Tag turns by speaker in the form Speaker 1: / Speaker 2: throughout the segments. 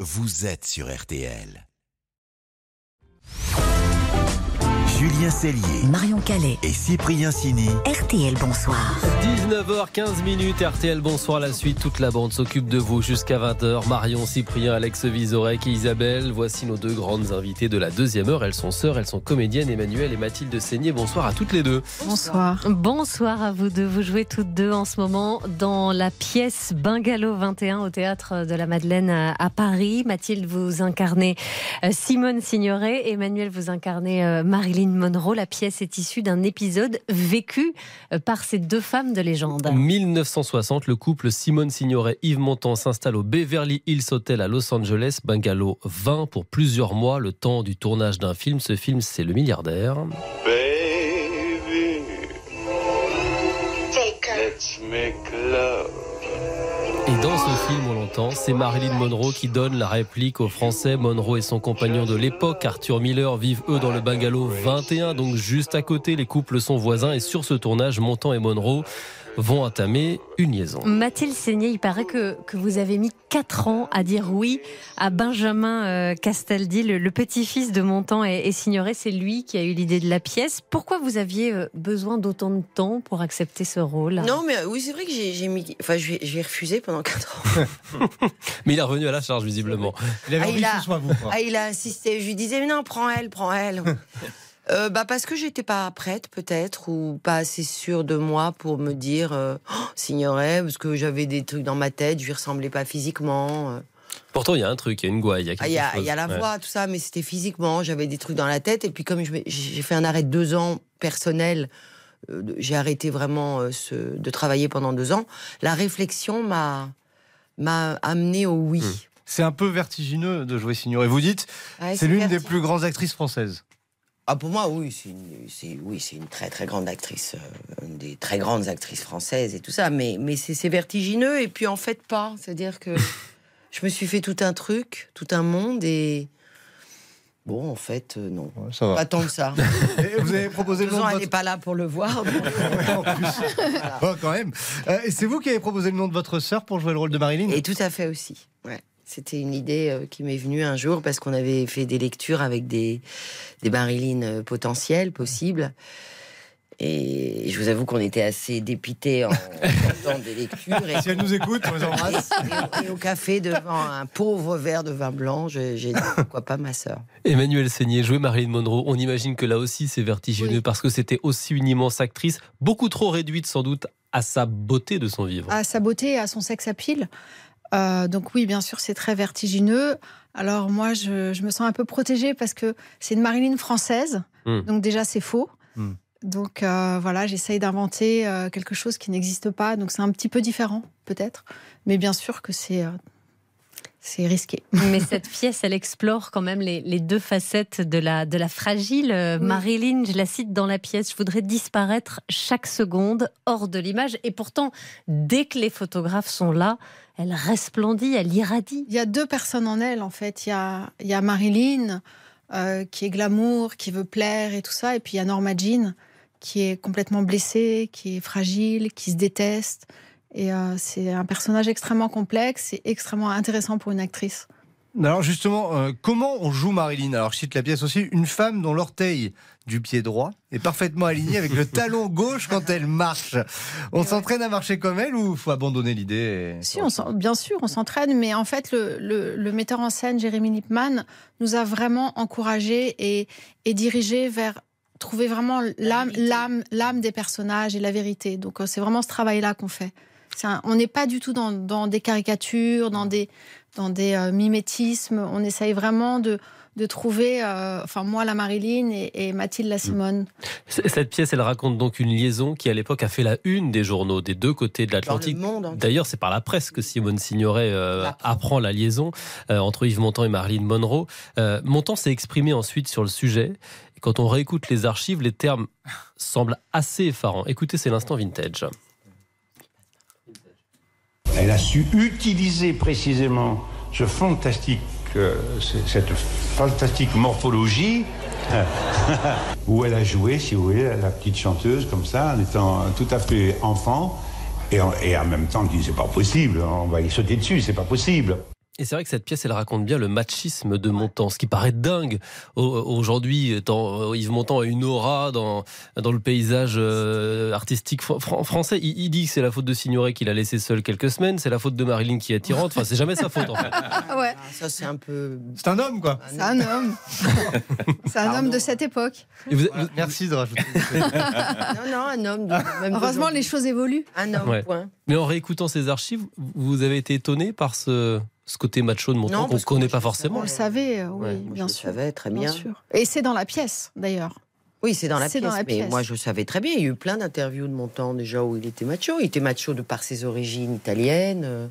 Speaker 1: vous êtes sur RTL. Julien Cellier
Speaker 2: Marion Calais,
Speaker 1: et Cyprien Sini.
Speaker 2: RTL Bonsoir.
Speaker 3: 19h15 minutes, RTL, bonsoir la suite. Toute la bande s'occupe de vous jusqu'à 20h. Marion, Cyprien, Alex Vizorek et Isabelle. Voici nos deux grandes invitées de la deuxième heure. Elles sont sœurs, elles sont comédiennes, Emmanuel et Mathilde Seigné. Bonsoir à toutes les deux.
Speaker 4: Bonsoir.
Speaker 5: Bonsoir à vous deux. Vous jouez toutes deux en ce moment dans la pièce Bungalow 21 au théâtre de la Madeleine à à Paris. Mathilde, vous incarnez euh, Simone Signoret. Emmanuel, vous incarnez euh, Marilyn Monroe. La pièce est issue d'un épisode vécu euh, par ces deux femmes de légende.
Speaker 3: 1960, le couple Simone Signoret Yves Montand s'installe au Beverly Hills Hotel à Los Angeles, bungalow 20 pour plusieurs mois, le temps du tournage d'un film. Ce film, c'est Le Milliardaire.
Speaker 6: Baby,
Speaker 7: Take her.
Speaker 6: let's make love.
Speaker 3: Et dans ce film, on l'entend, c'est Marilyn Monroe qui donne la réplique aux Français. Monroe et son compagnon de l'époque, Arthur Miller, vivent eux dans le bungalow 21, donc juste à côté, les couples sont voisins. Et sur ce tournage, Montand et Monroe vont entamer une liaison.
Speaker 5: Mathilde Seigné, il paraît que, que vous avez mis 4 ans à dire oui à Benjamin euh, Castaldi, le, le petit-fils de Montand et, et Signoret. C'est lui qui a eu l'idée de la pièce. Pourquoi vous aviez euh, besoin d'autant de temps pour accepter ce rôle
Speaker 7: Non, mais euh, oui, c'est vrai que j'ai j'ai mis. Enfin, je vais, je vais refuser pendant 4 ans.
Speaker 3: Mais il est revenu à la charge, visiblement.
Speaker 8: Il avait
Speaker 7: Ah,
Speaker 8: envie
Speaker 7: il
Speaker 8: que
Speaker 7: a-
Speaker 8: ce soit vous. quoi.
Speaker 7: Ah, il a insisté. Je lui disais, mais non, prends elle, prends elle. Euh, bah parce que j'étais pas prête peut-être ou pas assez sûre de moi pour me dire euh, Oh, signorait parce que j'avais des trucs dans ma tête je lui ressemblais pas physiquement euh.
Speaker 3: Pourtant, il y a un truc, il y a une gouaille, il y a
Speaker 7: Ah,
Speaker 3: quelque
Speaker 7: il y, a-
Speaker 3: chose.
Speaker 7: il y a la
Speaker 3: Ouais.
Speaker 7: voix tout ça mais c'était physiquement j'avais des trucs dans la tête et puis comme je m'ai- j'ai fait un arrêt de deux ans personnel euh, de- j'ai arrêté vraiment euh, ce, de travailler pendant deux ans la réflexion m'a m'a amené au oui
Speaker 8: C'est un peu vertigineux de jouer Signoret. Vous dites,
Speaker 7: Ouais,
Speaker 8: Hmm. c'est l'une des
Speaker 7: vertigineux.
Speaker 8: plus grandes actrices françaises.
Speaker 7: Ah, pour moi, oui, c'est une, c'est- oui, c'est une très très grande actrice, euh, une des très grandes actrices françaises et tout ça, mais, mais c'est c'est vertigineux et puis en fait pas. C'est-à-dire que je me suis fait tout un truc, tout un monde et. Bon, en fait, euh, non.
Speaker 8: Ouais, ça va.
Speaker 7: Pas tant que ça.
Speaker 8: Et vous avez proposé le
Speaker 7: Deux
Speaker 8: nom
Speaker 7: ans,
Speaker 8: de
Speaker 7: elle
Speaker 8: votre...
Speaker 7: n'est pas là pour le voir. donc- euh,
Speaker 8: en plus. Oh, quand même. Euh, et c'est vous qui avez proposé le nom de votre sœur pour jouer le rôle de Marilyn
Speaker 7: Et tout à fait aussi. Ouais. C'était une idée euh, qui m'est venue un jour parce qu'on avait fait des lectures avec des, des Marilyn euh, potentielles, possibles. Et je vous avoue qu'on était assez dépités en temps des lectures. Et,
Speaker 8: Si elle nous écoute, on les embrasse.
Speaker 7: et- et au café, devant un pauvre verre de vin blanc, je- j'ai dit pourquoi pas ma sœur.
Speaker 3: Emmanuel Seigné, jouer Marilyn Monroe, on imagine que là aussi c'est vertigineux parce que c'était aussi une immense actrice, beaucoup trop réduite sans doute à sa beauté de son vivre.
Speaker 4: À sa beauté et à son sexe à pile. Euh, donc oui, bien sûr, c'est très vertigineux. Alors moi, je, je me sens un peu protégée parce que c'est une Marilyn française.
Speaker 3: Hmm.
Speaker 4: Donc déjà, c'est faux.
Speaker 8: Hmm.
Speaker 4: Donc euh, voilà, j'essaye d'inventer euh, quelque chose qui n'existe pas. Donc c'est un petit peu différent, peut-être. Mais bien sûr que c'est... euh, c'est risqué.
Speaker 5: Mais cette pièce, elle explore quand même les, les deux facettes de la, de la fragile euh,
Speaker 4: Oui.
Speaker 5: Marilyn. Je la cite dans la pièce. Je voudrais disparaître chaque seconde hors de l'image. Et pourtant, dès que les photographes sont là, elle resplendit, elle irradie.
Speaker 4: Il y a deux personnes en elle, en fait. Il y a, il y a Marilyn, euh, qui est glamour, qui veut plaire et tout ça. Et puis il y a Norma Jean, qui est complètement blessée, qui est fragile, qui se déteste. Et euh, c'est un personnage extrêmement complexe et extrêmement intéressant pour une actrice.
Speaker 8: Alors justement, euh, comment on joue Marilyn Alors je cite la pièce aussi, une femme dont l'orteil du pied droit est parfaitement aligné avec le talon gauche quand elle marche. On s'entraîne à marcher comme elle ou faut abandonner l'idée et-
Speaker 4: Si, on s'en- bien sûr, on s'entraîne, mais en fait, le, le- le metteur en scène, Jérémy Lipman, nous a vraiment encouragés et, et dirigés vers trouver vraiment l'âme,
Speaker 7: vérité.
Speaker 4: l'âme, l'âme des personnages et la vérité. Donc, euh, c'est vraiment ce travail-là qu'on fait. C'est un- on n'est pas du tout dans, dans des caricatures, dans des, dans des euh, mimétismes. On essaye vraiment de, de trouver, euh, enfin, moi, la Marilyn et, et Mathilde la Simone.
Speaker 3: C- Cette pièce, elle raconte donc une liaison qui à l'époque a fait la une des journaux des deux côtés de
Speaker 7: Dans le
Speaker 3: l'Atlantique.
Speaker 7: monde entier.
Speaker 3: D'ailleurs, c'est par la presse que Simone Signoret euh,
Speaker 7: L'apprend.
Speaker 3: apprend la liaison euh, entre Yves Montand et Marilyn Monroe. Euh, Montand s'est exprimé ensuite sur le sujet. Et Quand on réécoute les archives, les termes semblent assez effarants. Écoutez, c'est l'instant vintage.
Speaker 9: Elle a su utiliser précisément ce fantastique, euh, c- cette fantastique morphologie où elle a joué, si vous voulez, la petite chanteuse comme ça, en étant tout à fait enfant. Et en, et en même temps, on dit c'est pas possible, on va y sauter dessus, c'est pas possible.
Speaker 3: Et c'est vrai que cette pièce, elle raconte bien le machisme de Montand, ce qui paraît dingue Au- aujourd'hui. tant- Yves Montand a une aura dans, dans le paysage euh, artistique fran- fran- français. Il, il dit que c'est la faute de Signoret qu'il a laissé seul quelques semaines, c'est la faute de Marilyn qui est attirante. Enfin, c'est jamais sa faute. En fait.
Speaker 4: Ah ouais,
Speaker 7: Ah, Ça, c'est un peu.
Speaker 8: C'est un homme, quoi.
Speaker 4: c'est un homme. c'est un homme de cette époque.
Speaker 3: Et vous-
Speaker 8: Voilà, Merci de rajouter.
Speaker 7: Non, non, un homme. de- même
Speaker 4: Heureusement,
Speaker 7: d'aujourd'hui.
Speaker 4: les choses évoluent.
Speaker 7: Un homme,
Speaker 3: Ouais.
Speaker 7: point.
Speaker 3: Mais en réécoutant ces archives, vous avez été étonné par ce, ce côté macho de Montand
Speaker 7: Non,
Speaker 3: qu'on ne
Speaker 7: parce que
Speaker 3: connaît
Speaker 7: moi,
Speaker 3: pas
Speaker 7: je-
Speaker 4: On
Speaker 3: forcément.
Speaker 4: le savait, euh, oui,
Speaker 3: Ouais,
Speaker 7: Moi,
Speaker 4: bien
Speaker 7: je le
Speaker 4: sûr.
Speaker 7: savais très
Speaker 4: bien
Speaker 7: bien.
Speaker 4: sûr. Et c'est dans la pièce, d'ailleurs.
Speaker 7: Oui, c'est dans la
Speaker 4: C'est
Speaker 7: pièce.
Speaker 4: dans la
Speaker 7: mais
Speaker 4: pièce.
Speaker 7: moi, je savais très bien. Il y a eu plein d'interviews de mon temps déjà où il était macho. Il était macho de par ses origines italiennes. euh,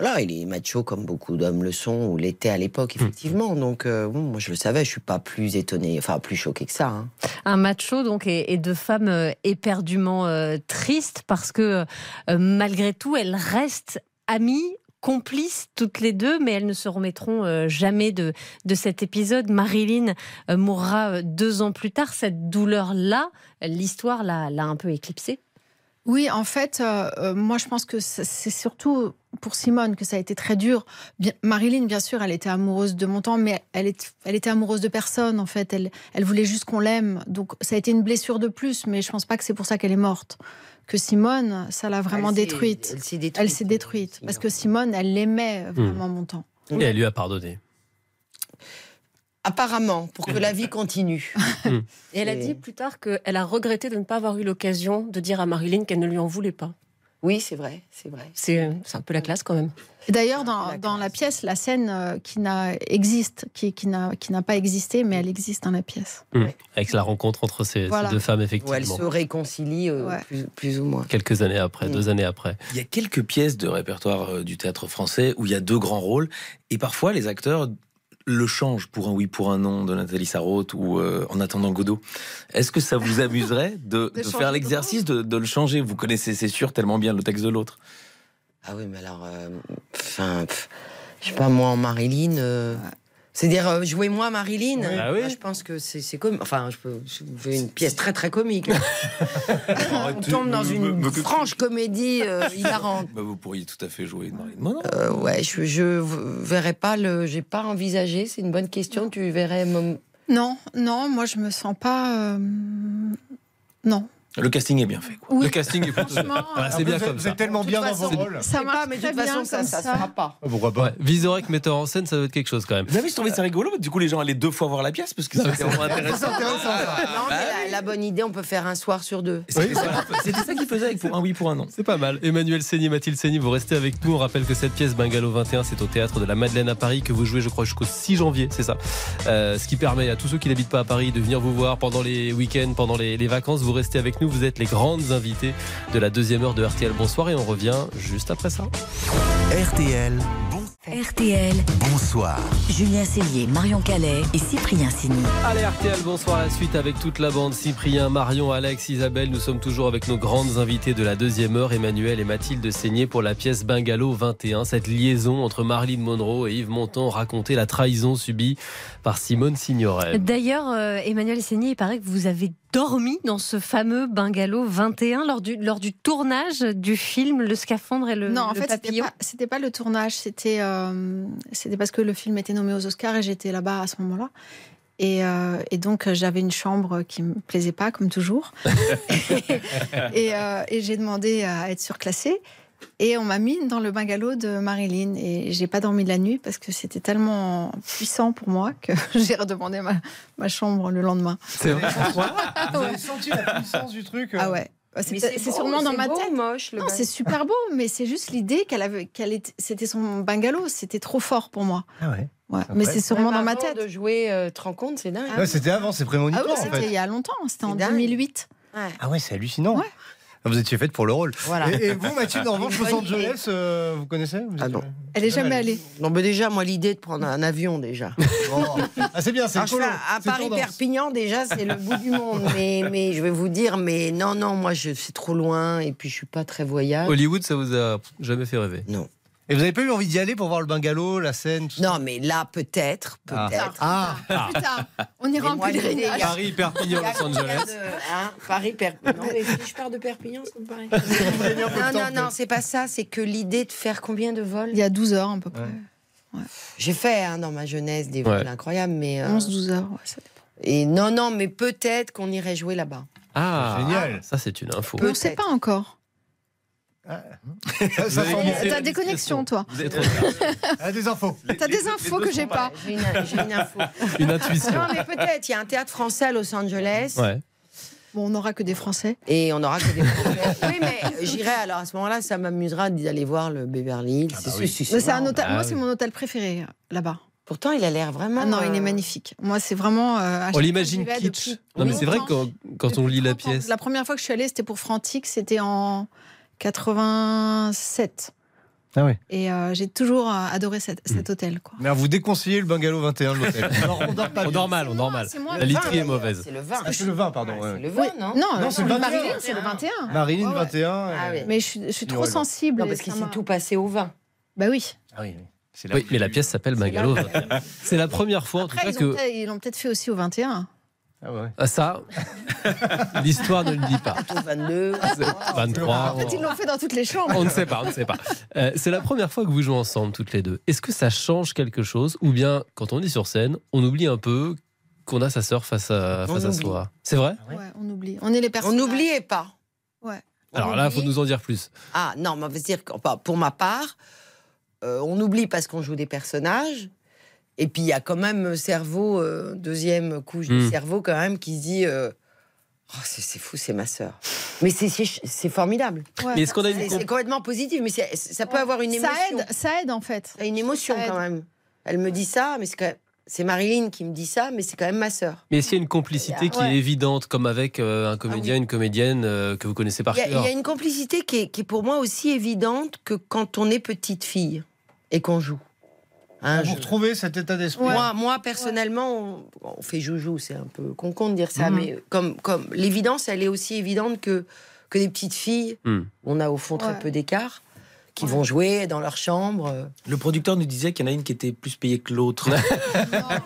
Speaker 7: Voilà, il est macho comme beaucoup d'hommes le sont ou l'étaient à l'époque,
Speaker 3: Hum.
Speaker 7: effectivement. Donc, euh, bon, moi, je le savais. Je suis pas plus étonné, enfin, plus choqué que ça. hein.
Speaker 5: Un macho donc et, et de femmes euh, éperdument euh, tristes parce que euh, malgré tout elles restent amies, complices toutes les deux, mais elles ne se remettront euh, jamais de, de cet épisode. Marilyn euh, mourra euh, deux ans plus tard. Cette douleur là, l'histoire l'a l'a un peu éclipsée.
Speaker 4: Oui, en fait, euh, euh, moi, je pense que c'est c'est surtout pour Simone que ça a été très dur. Bien- Marilyn, bien sûr, elle était amoureuse de Montand, mais elle, est, elle était amoureuse de personne, en fait. Elle, elle voulait juste qu'on l'aime. Donc, ça a été une blessure de plus, mais je pense pas que c'est pour ça qu'elle est morte. Que Simone, ça l'a vraiment
Speaker 7: Elle s'est-
Speaker 4: détruite.
Speaker 7: Elle s'est détruite.
Speaker 4: Elle s'est détruite. Parce que Simone, elle l'aimait vraiment Montand.
Speaker 3: Et elle lui a pardonné.
Speaker 7: Apparemment, pour que la vie continue.
Speaker 2: Et elle a
Speaker 7: Et-
Speaker 2: dit plus tard qu'elle a regretté de ne pas avoir eu l'occasion de dire à Marilyn qu'elle ne lui en voulait pas.
Speaker 7: Oui, c'est vrai, c'est vrai.
Speaker 2: C'est euh, c'est un peu la classe quand même.
Speaker 4: Et D'ailleurs,
Speaker 7: C'est un peu
Speaker 4: dans,
Speaker 7: la
Speaker 4: dans la
Speaker 7: classe.
Speaker 4: pièce, la scène euh, qui n'a existe, qui, qui n'a qui n'a pas existé, mais elle existe dans la pièce.
Speaker 3: Avec la rencontre entre ces, ces
Speaker 4: Voilà.
Speaker 3: deux femmes,
Speaker 7: Où elle
Speaker 3: effectivement.
Speaker 7: se réconcilie euh,
Speaker 4: Ouais.
Speaker 7: plus, plus ou moins.
Speaker 3: Quelques années après,
Speaker 7: Mm.
Speaker 3: deux années après.
Speaker 10: Il y a quelques pièces de répertoire euh, du théâtre français où il y a deux grands rôles et parfois les acteurs le changent pour un oui, pour un non de Nathalie Sarraute ou euh, en attendant Godot. Est-ce que ça vous amuserait de, de
Speaker 4: changer
Speaker 10: faire l'exercice de, de le changer Vous connaissez, c'est sûr, tellement bien le texte de l'autre.
Speaker 7: Ah oui, mais alors, euh, enfin, pff, je sais pas, moi en Marilyn. euh, C'est-à-dire, euh, jouez-moi Marilyn.
Speaker 3: Ah oui.
Speaker 7: Là, je pense que c'est c'est comme. Enfin, je peux. Je fais une pièce très très comique. On tombe dans une franche comédie euh, hilarante.
Speaker 10: Bah, vous pourriez tout à fait jouer Marie de Monon.
Speaker 7: Euh, ouais, je, je verrais pas le. J'ai pas envisagé, c'est une bonne question. Tu verrais. mon-
Speaker 4: Non, non, moi je me sens pas. euh, Non.
Speaker 10: Le casting est bien fait. quoi.
Speaker 4: Oui.
Speaker 3: Le casting est plutôt.
Speaker 4: Franchement, euh,
Speaker 3: Voilà, c'est
Speaker 8: Vous
Speaker 3: bien
Speaker 8: êtes-
Speaker 3: comme
Speaker 8: Vous
Speaker 3: ça.
Speaker 8: êtes tellement
Speaker 7: toute
Speaker 8: Bah, bien dans vos
Speaker 7: façon,
Speaker 8: rôles.
Speaker 4: ça marche
Speaker 7: pas, mais de
Speaker 4: très
Speaker 7: toute façon,
Speaker 4: bien
Speaker 7: ça,
Speaker 4: comme
Speaker 7: ça,
Speaker 4: ça.
Speaker 7: se fera pas.
Speaker 8: Ah, Pourquoi pas
Speaker 3: Ouais. Vizorek metteur en scène, ça doit être quelque chose quand même.
Speaker 10: Vous avez trouvé ça rigolo Du coup, les gens allaient deux fois voir la pièce parce que c'était vraiment intéressant.
Speaker 7: Non, mais la, la bonne idée, on peut faire un soir sur deux.
Speaker 10: C'était ça- c'était ça qu'ils faisaient avec pour un oui, pour un non.
Speaker 3: C'est pas mal. Emmanuel Seigny, Mathilde Seigny, vous restez avec nous. On rappelle que cette pièce Bungalow 21, c'est au théâtre de la Madeleine à Paris que vous jouez, je crois, jusqu'au 6 janvier, c'est ça. Euh, ce qui permet à tous ceux qui n'habitent pas à Paris de venir vous voir pendant les week-ends, pendant les, les vacances. Vous restez avec nous. Vous êtes les grandes invitées de la deuxième heure de RTL. Bonsoir et on revient juste après ça.
Speaker 1: RTL, bon,
Speaker 11: RTL,
Speaker 1: bonsoir.
Speaker 11: Julien Cellier, Marion Calais et Cyprien Sini.
Speaker 3: Allez RTL, bonsoir la suite avec toute la bande, Cyprien, Marion, Alex, Isabelle, nous sommes toujours avec nos grandes invités de la deuxième heure, Emmanuel et Mathilde Seigné pour la pièce Bungalow 21, cette liaison entre Marilyn Monroe et Yves Montand racontait la trahison subie par Simone Signoret.
Speaker 5: D'ailleurs, euh, Emmanuel Seigny, il paraît que vous avez dormi dans ce fameux bungalow 21 lors du, lors du tournage du film Le scaphandre et le,
Speaker 4: non, en
Speaker 5: le
Speaker 4: fait, c'était
Speaker 5: papillon.
Speaker 4: pas, c'était pas le tournage, c'était euh, c'était parce que le film était nommé aux Oscars et j'étais là-bas à ce moment-là. Et, euh, et donc euh, j'avais une chambre qui me plaisait pas, comme toujours. et euh, et j'ai demandé à être surclassée. Et on m'a mis dans le bungalow de Marilyn. Et j'ai pas dormi de la nuit parce que c'était tellement puissant pour moi que j'ai redemandé ma, ma chambre le lendemain.
Speaker 8: Vous avez senti- Vous avez senti la puissance du truc euh,
Speaker 4: Ah ouais. C'est
Speaker 7: Mais
Speaker 4: peut-être- c'est
Speaker 7: beau,
Speaker 4: sûrement dans
Speaker 7: c'est
Speaker 4: ma
Speaker 7: beau,
Speaker 4: tête.
Speaker 7: moche, le
Speaker 4: Non,
Speaker 7: bas-
Speaker 4: c'est super beau, mais c'est juste l'idée qu'elle avait, qu'elle était, c'était son bungalow, c'était trop fort pour moi.
Speaker 8: Ah ouais.
Speaker 4: Ouais.
Speaker 8: Ah
Speaker 4: Mais
Speaker 8: ouais.
Speaker 4: c'est sûrement
Speaker 7: Même
Speaker 4: dans ma
Speaker 7: avant
Speaker 4: tête.
Speaker 7: De jouer, euh, te rends compte, c'est dingue.
Speaker 4: Ah
Speaker 8: Ouais, c'était avant, c'est
Speaker 4: Ah
Speaker 8: prémonitoire
Speaker 4: oui,
Speaker 8: en
Speaker 4: c'était il
Speaker 8: fait.
Speaker 4: y a longtemps, hein, c'était en
Speaker 7: C'est dingue.
Speaker 4: 2008.
Speaker 7: Ouais.
Speaker 8: Ah ouais, c'est hallucinant.
Speaker 4: Ouais.
Speaker 8: Vous étiez faite pour le rôle.
Speaker 7: Voilà.
Speaker 8: Et, et vous, Mathilde, en revanche, Los
Speaker 7: Bonne idée.
Speaker 8: Angeles, euh, vous connaissez Vous
Speaker 7: Ah
Speaker 8: êtes-
Speaker 7: non.
Speaker 4: Elle est
Speaker 8: Jamais
Speaker 4: jamais allée.
Speaker 7: Non, mais déjà, moi, l'idée de prendre un avion, déjà.
Speaker 8: Oh. Ah, c'est bien, c'est
Speaker 7: Alors, je
Speaker 8: écolo.
Speaker 7: fais à à
Speaker 8: C'est tendance.
Speaker 7: Paris-Perpignan, déjà, c'est le bout du monde. Mais, mais je vais vous dire, mais non, non, moi, je- c'est trop loin. Et puis, je suis pas très voyage.
Speaker 3: Hollywood, ça vous a jamais fait rêver
Speaker 7: Non.
Speaker 8: Et vous n'avez pas eu envie d'y aller pour voir le bungalow, la scène tout
Speaker 7: Non, mais là, peut-être, peut-être.
Speaker 8: Ah,
Speaker 7: Ah.
Speaker 4: Plus tard, on ira
Speaker 7: Mais
Speaker 4: en
Speaker 7: moi, il y
Speaker 4: pèlerinage.
Speaker 7: a-
Speaker 8: Paris, Perpignan,
Speaker 7: il y a
Speaker 8: Los
Speaker 7: combien
Speaker 8: Angeles.
Speaker 7: de- hein, Paris, Perpignan. Non, mais si je pars de Perpignan, c'est pas pareil. non, non, non, c'est pas ça. C'est que l'idée de faire combien de vols
Speaker 4: Il y a 12 heures à peu près.
Speaker 7: J'ai fait hein, dans ma jeunesse des
Speaker 3: Ouais.
Speaker 7: vols incroyables, mais. euh,
Speaker 4: 11-12 heures, ouais, ça dépend.
Speaker 7: Et non, non, mais peut-être qu'on irait jouer là-bas.
Speaker 3: Ah,
Speaker 8: Génial.
Speaker 3: Ça, c'est une info.
Speaker 7: Peu-
Speaker 4: On ne sait
Speaker 7: Peut-être.
Speaker 4: pas encore.
Speaker 8: Ça, ça
Speaker 3: Vous avez glissé la
Speaker 8: sent
Speaker 4: T'as des
Speaker 3: discrétion.
Speaker 4: connexions, toi.
Speaker 3: Vous êtes trop tard.
Speaker 8: bon. Ah, des infos.
Speaker 4: T'as des infos que j'ai pas.
Speaker 7: J'ai une, j'ai une info.
Speaker 3: Une intuition.
Speaker 7: non, mais peut-être. Il y a un théâtre français à Los Angeles.
Speaker 3: Ouais.
Speaker 4: Bon, on n'aura que des Français.
Speaker 7: Et on aura que des Français. Oui, mais j'irai alors à ce moment-là, ça m'amusera d'aller voir le Beverly Hills. C'est- c'est-
Speaker 4: Mais c'est un
Speaker 7: marrant.
Speaker 4: hôtel-
Speaker 3: Ah
Speaker 4: Moi,
Speaker 3: oui.
Speaker 4: c'est mon hôtel préféré euh, là-bas.
Speaker 7: Pourtant, il a l'air vraiment.
Speaker 4: Ah non, il
Speaker 7: euh,
Speaker 4: est magnifique. Moi, c'est vraiment. euh, à chaque
Speaker 3: On
Speaker 4: fois
Speaker 3: l'imagine
Speaker 4: que j'y vais
Speaker 3: kitsch.
Speaker 4: depuis
Speaker 3: Non, mais c'est vrai que
Speaker 4: longtemps,
Speaker 3: quand, quand
Speaker 4: depuis
Speaker 3: on lit la
Speaker 4: 30 ans.
Speaker 3: pièce.
Speaker 4: La première fois que je suis allée, c'était pour Frantic, c'était en 87.
Speaker 8: Ah oui.
Speaker 4: Et euh, j'ai toujours euh, adoré cet, cet hôtel. Quoi.
Speaker 8: Mais alors, vous déconseillez le bungalow 21 de l'hôtel. On dort- on dort pas
Speaker 3: On
Speaker 8: bien.
Speaker 3: dort mal, on dort mal.
Speaker 4: c'est moi,
Speaker 3: La
Speaker 4: le
Speaker 7: vin,
Speaker 3: literie est
Speaker 7: d'ailleurs,
Speaker 3: mauvaise.
Speaker 7: C'est le vin.
Speaker 8: Ah, c'est le vin, pardon.
Speaker 7: Ouais,
Speaker 8: ouais.
Speaker 7: C'est le vin,
Speaker 4: Oui,
Speaker 7: non
Speaker 4: Non,
Speaker 8: Non, c'est le
Speaker 4: le
Speaker 8: 21.
Speaker 4: Marilyn, c'est le 21.
Speaker 8: Marilyn
Speaker 7: Ouais, ouais.
Speaker 8: 21.
Speaker 7: Ah
Speaker 8: euh,
Speaker 7: oui.
Speaker 4: Mais je suis, je suis trop
Speaker 8: Noël.
Speaker 4: sensible.
Speaker 7: Non, parce
Speaker 4: et
Speaker 7: qu'il
Speaker 4: ça
Speaker 7: s'est
Speaker 4: m'a-
Speaker 7: tout passé au vin.
Speaker 4: Bah oui.
Speaker 8: Ah oui, oui. C'est
Speaker 3: Oui, mais la pièce s'appelle Bungalow.
Speaker 7: là.
Speaker 3: C'est la première fois, en tout
Speaker 4: Après,
Speaker 3: cas,
Speaker 4: ils ont
Speaker 3: que
Speaker 4: peut-être- ils l'ont peut-être fait aussi au 21.
Speaker 8: Ah ouais.
Speaker 3: Ah, ça, l'histoire ne le dit pas.
Speaker 7: Au 22.
Speaker 3: C'est
Speaker 7: Ah,
Speaker 3: 23.
Speaker 4: Ah, En fait, ils l'ont fait dans toutes les chambres.
Speaker 3: On ne sait pas, on ne sait pas. Euh, c'est la première fois que vous jouez ensemble toutes les deux. Est-ce que ça change quelque chose Ou bien, quand on est sur scène, on oublie un peu qu'on a sa sœur face à,
Speaker 7: On
Speaker 3: face à
Speaker 7: oublie.
Speaker 3: soi C'est vrai
Speaker 4: Ouais, on oublie. On est les
Speaker 7: On
Speaker 4: personnes.
Speaker 7: n'oubliait pas.
Speaker 4: Ouais.
Speaker 7: On
Speaker 3: Alors là, il faut
Speaker 7: oublie.
Speaker 3: nous en dire plus.
Speaker 7: Ah non, mais on veut dire que enfin, pour ma part, euh, on oublie parce qu'on joue des personnages. Et puis il y a quand même le cerveau, euh, deuxième couche
Speaker 3: Mm.
Speaker 7: du cerveau quand même, qui se dit euh, Oh, c'est c'est fou, c'est ma sœur. Mais c'est- c'est c'est formidable.
Speaker 4: Ouais.
Speaker 3: Mais est-ce qu'on a une
Speaker 7: C'est c'est complètement positif, mais c'est- ça peut avoir une émotion.
Speaker 4: ça aide, ça aide en fait.
Speaker 7: Ça a une émotion
Speaker 4: Ça aide.
Speaker 7: quand même. Elle me dit ça, mais c'est quand même- c'est Marilyn qui me dit ça, mais c'est quand même ma sœur.
Speaker 3: Mais est-ce qu'il y a une complicité qui
Speaker 4: Ouais.
Speaker 3: est évidente, comme avec euh, un comédien, une comédienne euh, que vous connaissez par
Speaker 7: Ah Il y, a- il y
Speaker 3: cœur
Speaker 7: a une complicité qui est, qui est pour moi aussi évidente que quand on est petite fille et qu'on joue. Hein,
Speaker 8: Vous
Speaker 7: je-
Speaker 8: retrouvez cet état d'esprit
Speaker 7: Moi, moi, personnellement, on, on fait joujou, c'est un peu con de dire ça,
Speaker 8: Mhm.
Speaker 7: mais comme, comme l'évidence, elle est aussi évidente que, que des petites filles,
Speaker 3: Hmm.
Speaker 7: on a au fond très
Speaker 4: Ouais.
Speaker 7: peu d'écart, qui
Speaker 4: Ouais.
Speaker 7: vont jouer dans leur chambre. euh.
Speaker 10: Le producteur nous disait qu'il y en a une qui était plus payée que l'autre.
Speaker 4: Non,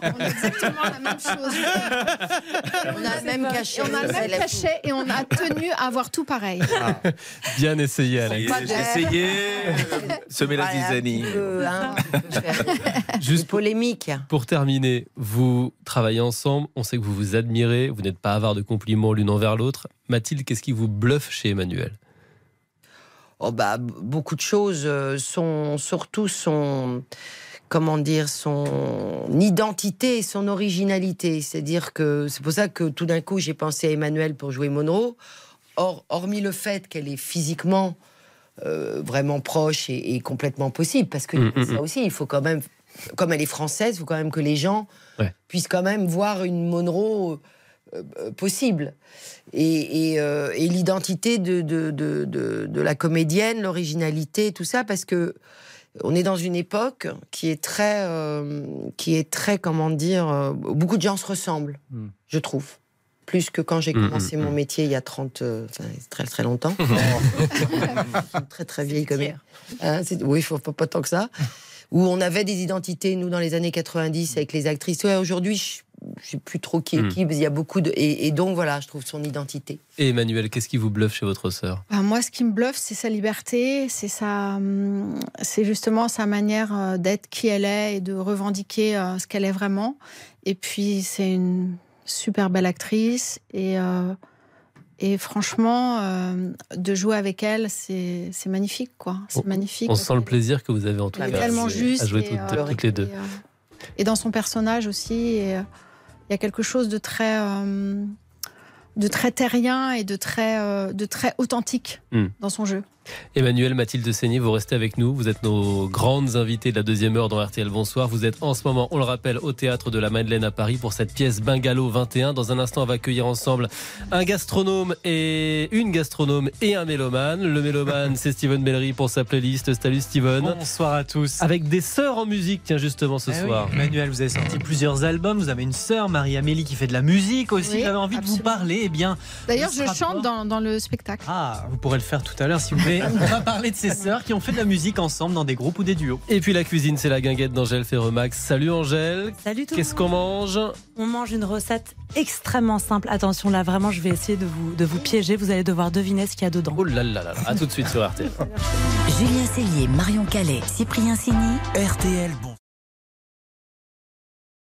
Speaker 4: on a exactement la même chose.
Speaker 7: On a le même
Speaker 4: Et
Speaker 7: cachet.
Speaker 4: on a le
Speaker 7: ça, c'est
Speaker 4: même
Speaker 7: la-
Speaker 4: cachet et on a tenu à avoir tout pareil.
Speaker 3: Bien essayé, Alex.
Speaker 7: pas
Speaker 10: J'ai essayé, euh, semer la
Speaker 7: Voilà, un
Speaker 10: zizanie.
Speaker 7: petit peu, hein, un petit peu faire des
Speaker 3: Juste pour,
Speaker 7: polémiques.
Speaker 3: pour terminer, vous travaillez ensemble, on sait que vous vous admirez, vous n'êtes pas avare de compliments l'une envers l'autre. Mathilde, qu'est-ce qui vous bluffe chez Emmanuel
Speaker 7: Oh bah, b- beaucoup de choses euh, sont surtout son comment dire son identité et son originalité. C'est-à-dire que c'est pour ça que tout d'un coup j'ai pensé à Emmanuel pour jouer Monroe. Or, hormis le fait qu'elle est physiquement euh, vraiment proche et, et complètement possible, parce que
Speaker 3: Mm, mm,
Speaker 7: ça aussi, il faut quand même, comme elle est française, il faut quand même que les gens
Speaker 3: Ouais.
Speaker 7: puissent quand même voir une Monroe euh, euh, possible. Et, et, euh, et l'identité de, de, de- de- de la comédienne, l'originalité, tout ça, parce que on est dans une époque qui est très, euh, qui est très, comment dire, euh, beaucoup de gens se ressemblent,
Speaker 8: Mm.
Speaker 7: je trouve. Plus que quand j'ai
Speaker 3: Mm,
Speaker 7: commencé
Speaker 3: mm,
Speaker 7: mon
Speaker 3: mm.
Speaker 7: métier il y a 30, euh, enfin, très très longtemps. Une très très vieille comédienne. Hein, c'est- oui, faut, faut pas tant que ça. Où on avait des identités, nous, dans les années 90, avec les actrices. Ouais, aujourd'hui, je je sais plus trop qui est
Speaker 3: Mm.
Speaker 7: qui, parce qu'il y a beaucoup de. Et, et donc, voilà, je trouve son identité.
Speaker 3: Et Emmanuel, qu'est-ce qui vous bluffe chez votre sœur
Speaker 4: Ben, moi, ce qui me bluffe, c'est sa liberté, c'est sa, hum, c'est justement sa manière euh, d'être qui elle est et de revendiquer euh, ce qu'elle est vraiment. Et puis, c'est une super belle actrice et euh, et franchement, euh, de jouer avec elle, c'est c'est magnifique, quoi. C'est
Speaker 3: On-
Speaker 4: magnifique.
Speaker 3: On sent le plaisir que vous avez en tout
Speaker 4: Elle
Speaker 3: cas.
Speaker 4: est tellement
Speaker 3: à-
Speaker 4: juste.
Speaker 3: À jouer
Speaker 4: et,
Speaker 3: toutes,
Speaker 4: euh,
Speaker 3: toutes les deux.
Speaker 4: Et, euh, et dans son personnage aussi, et, euh, il y a quelque chose de très, euh, de très terrien et de très, euh, de très authentique
Speaker 3: Hmm.
Speaker 4: dans son jeu.
Speaker 3: Emmanuel, Mathilde Seigné, vous restez avec nous. Vous êtes nos grandes invitées de la deuxième heure dans RTL Bonsoir. Vous êtes en ce moment, on le rappelle, au théâtre de la Madeleine à Paris pour cette pièce Bungalow 21. Dans un instant, on va accueillir ensemble un gastronome et une gastronome et un mélomane. Le mélomane, c'est Steven Bellery pour sa playlist. Salut Steven.
Speaker 12: Bonsoir à
Speaker 7: Ah,
Speaker 12: tous.
Speaker 3: Avec des sœurs en musique, tiens justement ce
Speaker 12: Ah oui,
Speaker 3: soir.
Speaker 12: Emmanuel, vous avez sorti plusieurs albums, vous avez une sœur, Marie-Amélie, qui fait de la musique aussi.
Speaker 4: Oui,
Speaker 12: J'avais envie de vous
Speaker 4: absolument.
Speaker 12: parler, eh bien,
Speaker 4: D'ailleurs,
Speaker 12: Il
Speaker 4: je
Speaker 12: sera
Speaker 4: chante
Speaker 12: pas-
Speaker 4: dans, dans le spectacle.
Speaker 12: ah, vous pourrez le faire tout à l'heure, s'il vous plaît.
Speaker 13: arriver. On va parler de ses sœurs qui ont fait de la musique ensemble dans des groupes ou des duos.
Speaker 3: Et puis la cuisine, c'est la guinguette d'Angèle Ferremax. Salut Angèle.
Speaker 5: Salut tout le
Speaker 3: Qu'est-ce qu'on mange
Speaker 5: On mange une recette extrêmement simple. Attention, là, vraiment, je vais essayer de vous, de vous piéger. Vous allez devoir deviner ce qu'il y a dedans.
Speaker 3: Oh là là là là. À tout de suite sur RTL.
Speaker 11: Julien Cellier, Marion Calais, Cyprien Sini.
Speaker 1: RTL Bon.